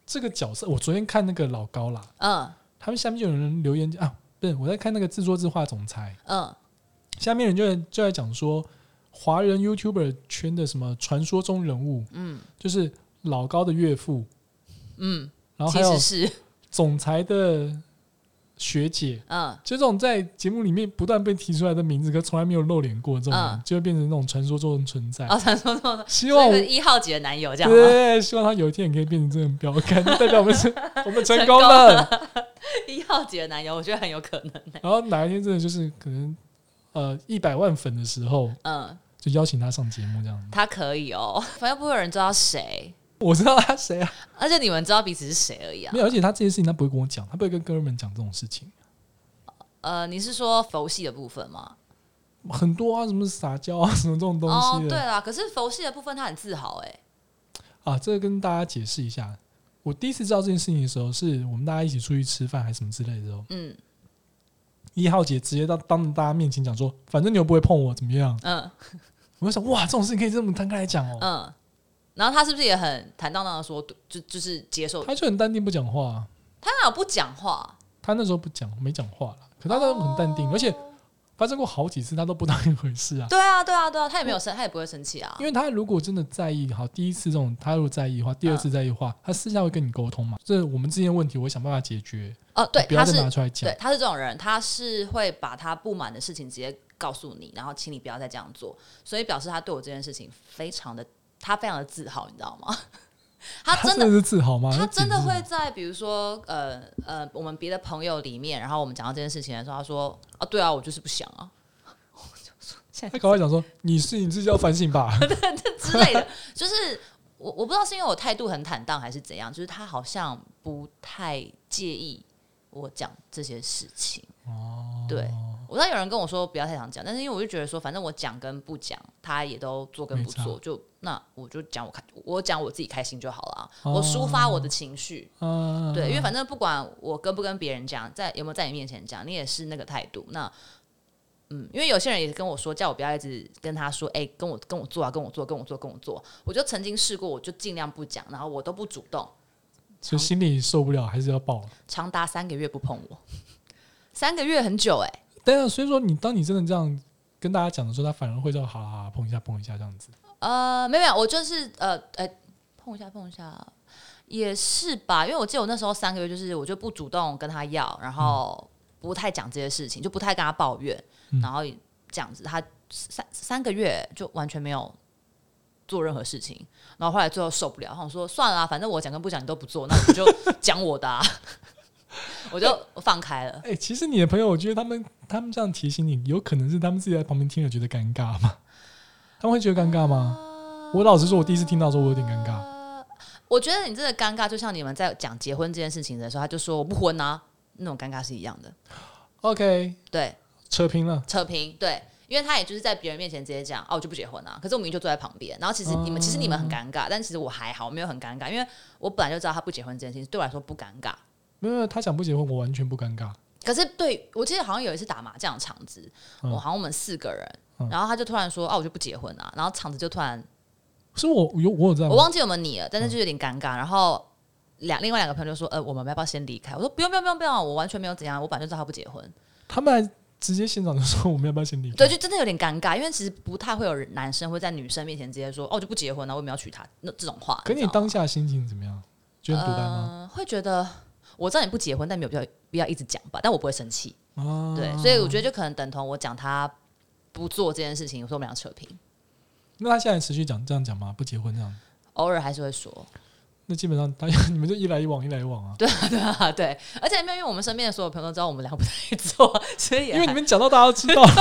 这个角色，我昨天看那个老高啦，
嗯
他们下面就有人留言啊，不是我在看那个制作自画总裁，
嗯
下面人就在就在讲说，华人 YouTuber 圈的什么传说中人物，
嗯，
就是老高的岳父，
嗯，
然后还
其
有
实是
总裁的学姐，
嗯
就这种在节目里面不断被提出来的名字，可从来没有露脸过，这种人、
嗯
就会变成那种传说中的存在。
哦，传说中的
希望
这
我
个一号级的男友这样吗？
对，希望他有一天也可以变成这种标杆，就代表我们 成我们成功了。
一号级的男友，我觉得很有可能欸
然后哪一天真的就是可能呃一百万粉的时候，
嗯，
就邀请他上节目这样。
他可以哦，反正不会有人知道谁，
我知道他 谁啊？
而且你们知道彼此是谁而已啊
没。有，而且他这些事情他不会跟我讲，他不会跟哥们讲这种事情。
呃，你是说佛系的部分吗？
很多啊，什么撒娇啊，什么这种东
哦，
西
对
的、
啦，可是佛系的部分他很自豪哎、
啊。这个跟大家解释一下，我第一次知道这件事情的时候，是我们大家一起出去吃饭还是什么之类的时候，
嗯
一号姐直接到当着大家面前讲说，反正你又不会碰我，怎么样？
嗯
我就想，哇，这种事情可以这么摊开来讲哦。
嗯，然后他是不是也很坦荡荡的说，就就是接受？
他就很淡定不讲话啊、
他哪有不讲话？
他那时候不讲，没讲话了，可他那时候很淡
哦
定，而且发生过好几次，他都不当一回事啊。
对啊对啊对啊，他也没有生，他也不会生气啊
因。为他如果真的在意，好，第一次这种他如果在意的话，第二次在意的话，
嗯
他私下会跟你沟通嘛。这我们之间的问题，我会想办法解决，
哦，对，
不要
他
再
是
拿出来讲
对，。他是这种人，他是会把他不满的事情直接告诉你，然后请你不要再这样做，所以表示他对我这件事情非常的，他非常的自豪，你知道吗？ 他真的
的是自豪吗？
他
那
真的
简直
会在比如说呃呃，我们别的朋友里面，然后我们讲到这件事情的时候，他说啊，对啊，我就是不想啊，
是，他赶快讲说：“你是你自己要反省吧。
之类的，就是我我不知道是因为我态度很坦荡还是怎样，就是他好像不太介意我讲这些事情。哦， 对，我知道有人跟我说不要太常讲，但是因为我就觉得说，反正我讲跟不讲，他也都做跟不
没
做，就那我就讲我开我讲我自己开心就好了啊、
哦
我抒发我的情绪。”
嗯，
对，因为反正不管我跟不跟别人讲，在有没有在你面前讲，你也是那个态度。那嗯，因为有些人也跟我说，叫我不要一直跟他说，哎、跟我跟我做啊，跟我做，跟我做，跟我做。我就曾经试过，我就尽量不讲，然后我都不主动，
就心里受不了，还是要爆了。
长达三个月不碰我，三个月很久哎、
对啊，所以说你当你真的这样跟大家讲的时候，他反而会说：“好好好碰一下，碰一下这样子。
呃，没有没有，我就是呃呃，碰一下碰一下，也是吧。因为我记得我那时候三个月，就是我就不主动跟他要，然后不太讲这些事情，就不太跟他抱怨，
嗯
然后这样子，他三三个月就完全没有做任何事情。然后后来最后受不了，然后我说算了啊、反正我讲跟不讲你都不做，那我就讲我的、啊， 我就放开了。
哎、其实你的朋友，我觉得他们他们这样提醒你，有可能是他们自己在旁边听了觉得尴尬嘛？ 他们会觉得尴尬吗？
呃
我老实说，我第一次听到的时候，我有点尴尬。
我觉得你这个尴尬，就像你们在讲结婚这件事情的时候，他就说我不婚啊，那种尴尬是一样的。
OK，
对，
扯平了。
扯平，对，因为他也就是在别人面前直接讲，哦，我就不结婚啊。可是我明明就坐在旁边，然后其实你们、
哦
其实你们很尴尬，但其实我还好，我没有很尴尬，因为我本来就知道他不结婚这件事情对我来说不尴尬。
没有，没有，他想不结婚，我完全不尴尬。
可是对我记得好像有一次打麻将的场子，
嗯
我好像我们四个人，
嗯
然后他就突然说，哦，我就不结婚啊，然后场子就突然
是我有我有这样
我
吗，
忘记有没有你了，
嗯
但是就有点尴尬。然后两另外两个朋友就说：“呃，我们要不要先离开？”我说：“不用，不用，不用，不用，我完全没有怎样，我本来就知道他不结婚。
他们还直接现场就说我们要不要先离”开？
对，就真的有点尴尬，因为其实不太会有人男生会在女生面前直接说：“哦，我就不结婚了，我也没有娶她。”那这种话，
可你
知道
当下心情怎么样？觉得很独
吗
单吗？
呃会觉得我知道你不结婚，但没有必要必要一直讲吧，但我不会生气。
啊，
呃对，所以我觉得就可能等同我讲他不做这件事情，我说我们俩扯平，
那他现在持续讲这样讲吗？不结婚这样，
偶尔还是会说。
那基本上他 你们就一来一往，一来一往啊。
对啊，对，而且没有，因为我们身边的所有朋友都知道我们俩不太做，所以
因
也
为
还
你们讲到大家都知道了。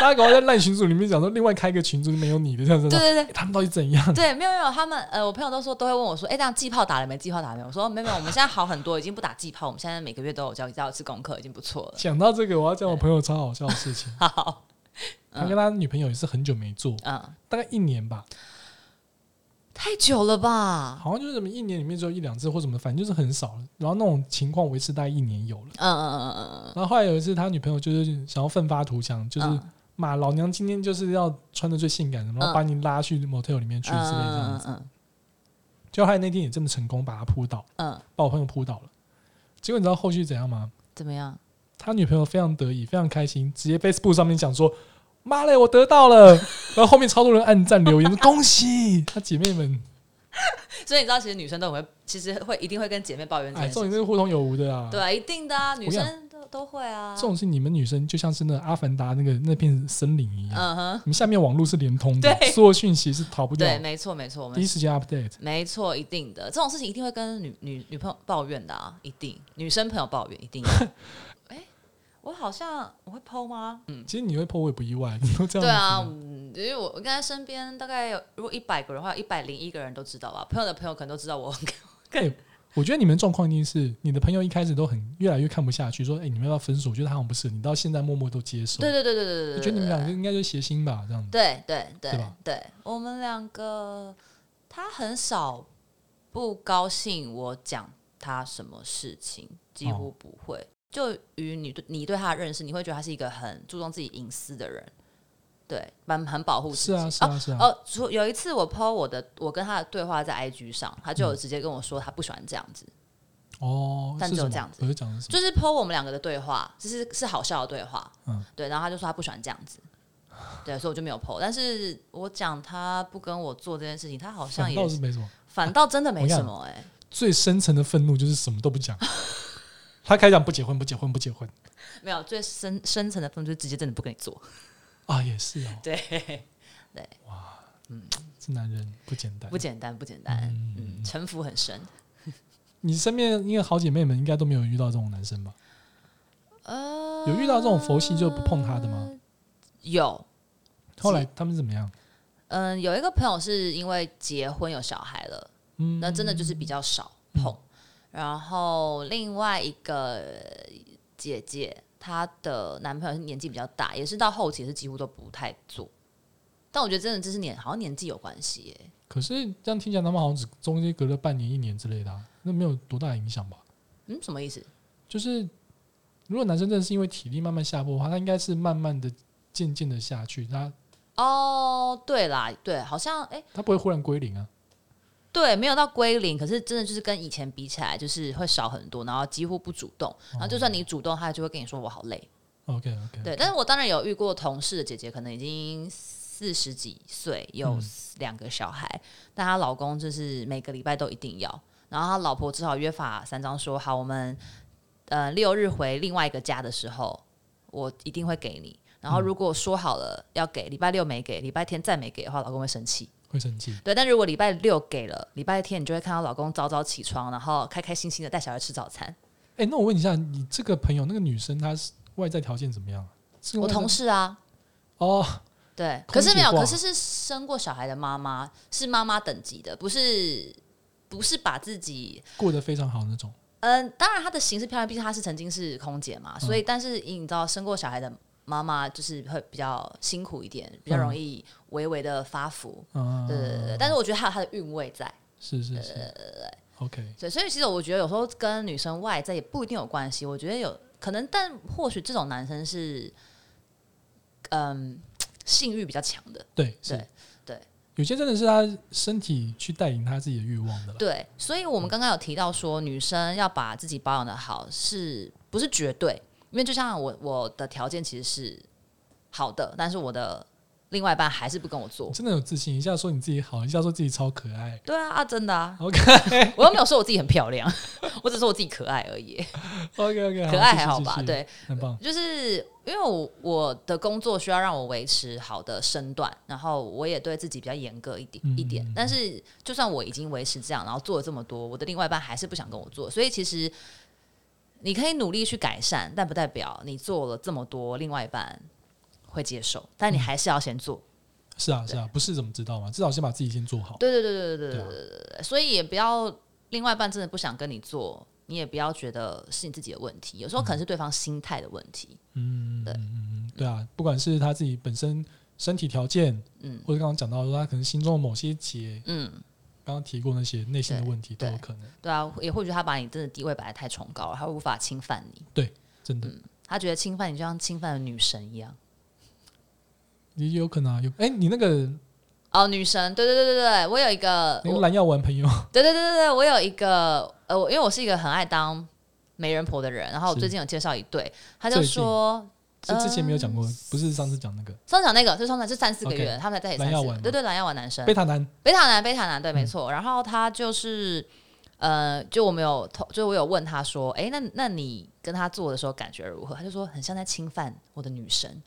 大家搞在赖群组里面讲说，另外开一个群组没有你的这样子。
对对对
欸，他们到底怎样？
对，没有没有，他们呃，我朋友都说都会问我说，哎、这样季炮打了没？季炮打了没？我说没有没有，我们现在好很多，已经不打季炮，我们现在每个月都有交交一次功课，已经不错了。
讲到这个，我要讲我朋友超好笑的事情。
好，
他跟他女朋友也是很久没做，
嗯，
大概一年吧，
太久了吧？
好像就是什么一年里面只有一两次或什么，反正就是很少了。然后那种情况维持大概一年有了。
嗯嗯嗯嗯嗯
然后后来有一次，他女朋友就是想要奋发图强，就是
嗯
骂老娘今天就是要穿的最性感，然后
嗯
把你拉去 motel 里面
嗯
去之类这样子。
嗯
就后来那天也这么成功把他扑倒，
嗯嗯，
把我朋友扑倒了。结果你知道后续怎样吗？
怎么样？
他女朋友非常得意，非常开心，直接 Facebook 上面讲说：“ 妈嘞，我得到了！”然后后面超多人按赞留言，说恭喜她姐妹们
所以你知道，其实女生都很会，其实会一定会跟姐妹抱怨这
哎，这
件事
种
情
也是互通有无的啊。
对，啊，一定的啊，女
我想
生都都会啊
这。种是你们女生就像是那《阿凡达》那个那片森林一样，
嗯哼，
你们下面网络是连通的，
对
所有讯息是逃不掉，
对，没错，没错，我
第
们
一时间 update。
没错，一定的，这种事情一定会跟女女女朋友抱怨的啊，一定，女生朋友抱怨一定。 哎、我好像我会剖吗？嗯，
其实你会破，我也不意外，你都这样子。
对啊，嗯因为我我刚才身边大概有，如果一百个人的话，一百零一个人都知道吧，朋友的朋友可能都知道我。
哎，我觉得你们状况一定是你的朋友一开始都很越来越看不下去，说：“哎、你们要不要分手？”我觉得他好像不是，你到现在默默都接受。
对对对对对对
我
对，
觉得你们两个应该就谐星吧，这样子。
对对对
对
对
吧
我们两个他很少不高兴我讲他什么事情，几
哦
乎不会。就与你对你对他的认识，你会觉得他是一个很注重自己隐私的人，对，蛮很保护自己。
是啊，是啊，是啊。
哦，除有一次我 PO 我的我跟他的对话在 IG 上，他就
嗯
有直接跟我说他不喜欢这样子，
哦，
但
是
只有
什么
这样子
我是讲的是什么？
就是 PO 我们两个的对话，就是是好笑的对话，
嗯
对，然后他就说他不喜欢这样子，对，所以我就没有 PO。但是我讲他不跟我做这件事情，他好像
反
也
倒是没什么。
反倒真的没
我看
什么哎、
最深层的愤怒就是什么都不讲。 他开始讲不结婚，不结婚，不结婚
没有最深深层的分就是直接真的不跟你做，
啊，也是哦，
对，
这男人不简单
不。简单不简单，嗯，城府很深。
你身边应该好姐妹们应该都没有遇到这种男生吧？
呃
有遇到这种佛系就不碰他的吗？
有，
后来他们怎么样？
嗯，有一个朋友是因为结婚有小孩了，
嗯
那真的就是比较少碰。然后另外一个姐姐，她的男朋友是年纪比较大，也是到后期是几乎都不太做。但我觉得真的这是年好像年纪有关系耶、
可是这样听起来，他们好像只中间隔了半年、一年之类的、啊，那没有多大影响吧？
嗯，什么意思？
就是如果男生真的是因为体力慢慢下坡的话，他应该是慢慢的、渐渐的下去，他
哦，对啦，对，好像哎、
他不会忽然归零啊。
对，没有到归零，可是真的就是跟以前比起来，就是会少很多，然后几乎不主动，然后就算你主动，他就会跟你说我好累，
OK OK，
对，但是我当然有遇过同事的姐姐，可能已经四十几岁，有
嗯
两个小孩，但她老公就是每个礼拜都一定要，然后她老婆只好约法三章说，好，我们呃六日回另外一个家的时候，我一定会给你。然后如果说好了要给，礼拜六没给，礼拜天再没给的话，老公会生气。
会生气。
对，但如果礼拜六给了，礼拜天你就会看到老公早早起床，然后开开心心的带小孩吃早餐。
哎、那我问一下，你这个朋友那个女生，她是外在条件怎么样啊？是
我
外在
同事啊，
哦，
对，
空
可是没有，
姐挂
可是是生过小孩的妈妈，是妈妈等级的，不是不是把自己。
过得非常好那种。
嗯，当然她的形式漂亮，毕竟她是曾经是空姐嘛，所以但是你知道，生过小孩的妈妈就是会比较辛苦一点，比较容易微微的发福。
嗯，
对对对对，但是我觉得她有她的韵味在，
是是是。OK，
对，所以其实我觉得有时候跟女生外在也不一定有关系，我觉得有可能，但或许这种男生是，嗯，性欲比较强的。
对是
对对，
有些真的是她身体去带领她自己的欲望的啦。
对，所以我们刚刚有提到说，女生要把自己保养的好，是不是绝对？因为就像我我的条件其实是好的，但是我的另外一半还是不跟我做
你。真的有自信，一下说你自己好，一下说自己超可 爱。
对啊，啊，真的啊
OK
我又没有说我自己很漂亮， 我只说我自己可爱而 已，
OK OK，
可爱还好
哦
吧？，
继续继续
对，
很棒。
就是因为我我的工作需要让我维持好的身段，然后我也对自己比较严格一点、
嗯
一点。但是就算我已经维持这样，然后做了这么多，我的另外一半还是不想跟我做，所以其实你可以努力去改善，但不代表你做了这么多，另外一半会接
嗯
受，但你还是要先做。
是啊，是啊，不是怎么知道嘛？至少先把自己先做好。
对对对对对
对
对
啊
对对对对，所以也不要另外一半真的不想跟你做，你也不要觉得是你自己的问题，有时候可能是对方心态的问题。
对啊，不管是他自己本身身体条件，
嗯
或者刚刚讲到说他可能心中的某些结，
嗯。
刚刚提过那些内心的问题都
对
有可能。
对啊，也或许他把你真的地位摆得太崇高了，他会无法侵犯你，
真的，
他觉得侵犯你就像侵犯了女神一样。
也有可能啊。有哎，你那个
哦，女神，对对对对对，我有一 个，
那个
我
蓝药丸朋友，
对对对对对，我有一个，呃，我因为我是一个很爱当媒人婆的人，然后我
是
最近有介绍一对，他
最
就
近
说，
是 之前没有讲过，
呃
不是上次讲那个
上次讲那个是通常是三四个月
OK
他们才在一起
蓝
三
药
四个
丸
月，
吗
对对，蓝药丸男生
贝塔男，
贝塔男，贝塔男，对，没错。然后他就是，呃，就我们有，就我有问他说，哎、那那你跟他做的时候感觉如何？他就说很像在侵犯我的女神。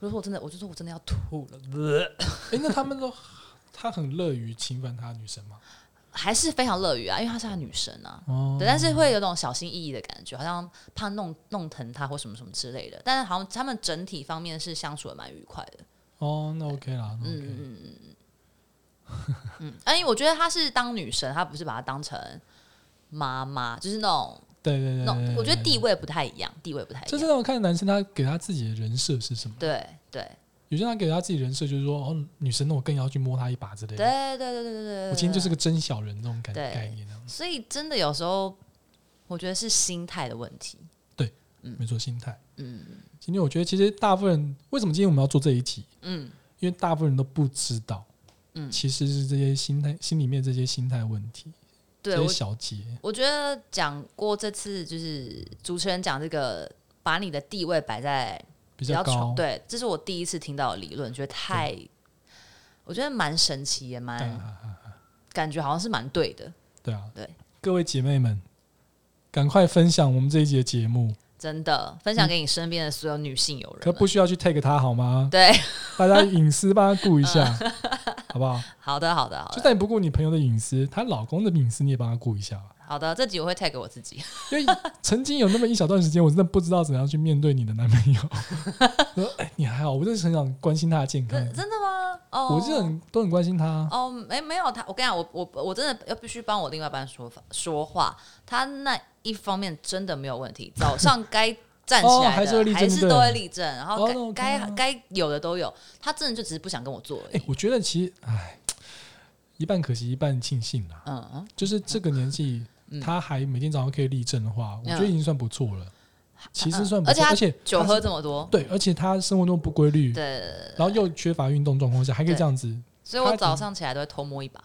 我就说我真的，我就说我真的要吐了，
哎、那他们都 他很乐于侵犯他女生吗？
还是非常乐于啊，因为她是他女神啊。
哦
对，但是会有种小心翼翼的感觉，好像怕弄弄疼她或什么什么之类的。但是好像他们整体方面是相处的蛮愉快的。
哦，那 OK 啦，那 OK，、
嗯嗯嗯 嗯，哎、我觉得她是当女神，她不是把她当成妈妈，就是那种
对对对
那种，
对
我觉得
对
地位不太一样，地位不太一
呃就是
样。
让我看男生他给他自己的人设是什么。
对对
有些人他给他自己人设就是说，哦，女生那我更要去摸她一把之类
对
的。
对对对对对，
我今天就是个真小人那种感
呃对
概念啊，
所以真的有时候我觉得是心态的问题。
没错，心态。
嗯
今天我觉得其实大部分人为什么今天我们要做这一题，
嗯
因为大部分人都不知道，
嗯，
其实是这些心态心里面这些心态问题，
对
这
我
些小节。
我觉得讲过这次就是主持人讲这个，把你的地位摆在
比较
崇
高，
对，这是我第一次听到的理论，觉得太，我觉得蛮神奇，也
啊
蛮、
啊啊
感觉好像是蛮对的，
对啊，
对，
各位姐妹们，赶快分享我们这一集的节目，
真的分享给你身边的所有女性友人
可
们。
不需要去 take 他好 吗？
对，
大家隐私帮他顾一 下，好不好？
好的，好的，好
就
的，
算你不顾你朋友的隐私，她老公的隐私你也帮她顾一下吧。
好的，这集我会 tag 我自己。
因为曾经有那么一小段时间，我真的不知道怎样去面对你的男朋 友。我说：“哎、你还好？我真的是很想关心他的健康，
真真的吗？哦，
我是很都很关心他。
哦，没没有他，我跟你讲，我我我真的要必须帮我另外一半说法说话，他那一方面真的没有问题，早上该站起
哦
来的、
还是会立正就对
都
了
会立正，然后
哦
该、
那我看
该
到
该有的都有，他真的就只是不想跟我做而
哎、
已。
我觉得其实，哎，一半可惜，一半庆幸啦。
嗯嗯，
就是这个年纪，他还每天早上可以立正的话，我觉得已经算不错了。其实算不
嗯呃
错，
而且他
而且
酒
他
喝
是
这么多，
对，而且他生活中不规律，
对，
然后又缺乏运动状况下，还可以
对
这样子。
所以我
他
早上起来都会偷摸一把。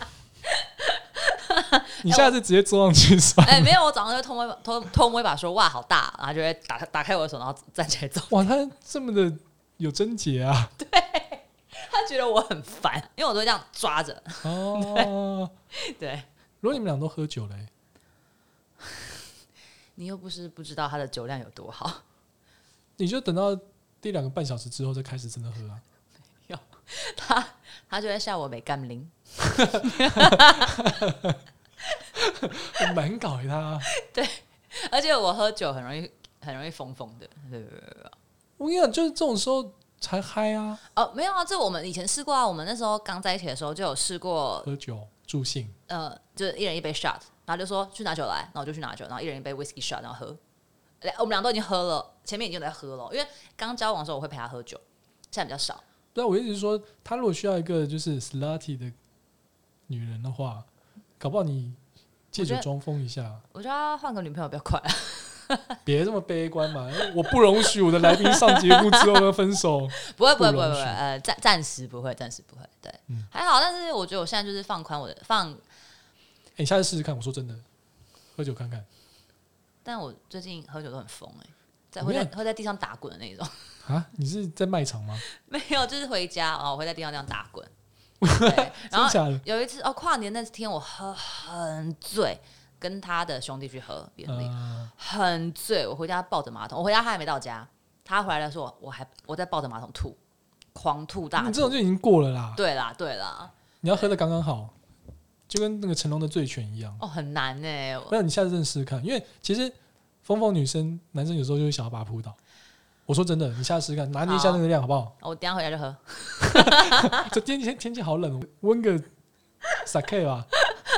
你下次直接坐上去算。
哎、没有，我早上就偷摸一把偷偷摸一把说哇好大，啊然后就会打开打开我的手，然后站起来走。
哇，他这么的有贞洁啊！
他觉得我很烦，因为我都会这样抓着。
哦，
对
如果你们俩都喝酒嘞、
你又不是不知道他的酒量有多好，
你就等到第两个半小时之后再开始真的喝啊。
他他就会笑我没干零。
我蛮搞的他、啊
而且我喝酒很容易很容易疯疯的。对
我跟你讲，就是这种时候才嗨啊，
哦，没有啊，这我们以前试过啊，我们那时候刚在一起的时候就有试过，
喝酒助兴。
呃，就是一人一杯 shot，然后就说去拿酒来，然后我就去拿酒，然后一人一杯 whisky shot，然后喝。两我们俩都已经喝了，前面已经有在喝了，因为刚交往的时候我会陪他喝酒，现在比较少。
对啊，我一直说，他如果需要一个就是 slutty 的女人的话，搞不好你借酒装疯一下，
我觉得他换个女朋友比 较快、
别这么悲观嘛。我不容许我的来宾上节目之后要分手。
不会不会
不
不会
容
嗯不
许
会，呃，暂暂时不会，暂时不会，对，还好。但是我觉得我现在就是放宽我的放，
哎、你下次试试看，我说真的，喝酒看看
但我最近喝酒都很疯哎、在
我
会
跟你
在
讲
会在地上打滚的那种。
啊？你是在卖场吗？
没有，就是回家啊，哦我会在地上这样打滚。 对
真
然
的
后
假的？
有一次哦，跨年那天我喝很醉，跟他的兄弟去喝便利，
呃，
很醉。我回家抱着马桶，我回家他还没到家，他回来的时候我还我在抱着马桶吐，狂吐大
你这
吐。
种就已经过了啦。
对啦对啦，
你要喝的刚刚好，就跟那个成龙的醉拳一样。
哦很难呢、我
那你下次认识看，因为其实疯疯女生男生有时候就会想要把她扑倒。我说真的，你下次试试看，拿捏一下那个量好不好？
哦我等一下回家就喝，
这天气天气好冷，温个 sake 吧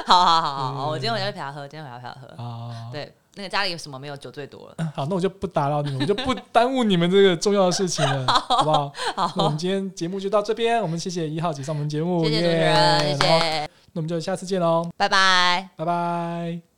好好好好好，
嗯
我今天回家就陪他喝，今天回家陪他喝。
啊。
对，那个家里有什么没有酒最多了？
好，那我就不打扰你们，我就不耽误你们这个重要的事情 了，好不好？那我们今天节目就到这边，我们谢谢一号姐上我们节目，
谢谢主持
耶
人，谢
然后
谢，
那我们就下次见喽，
拜拜。
拜拜。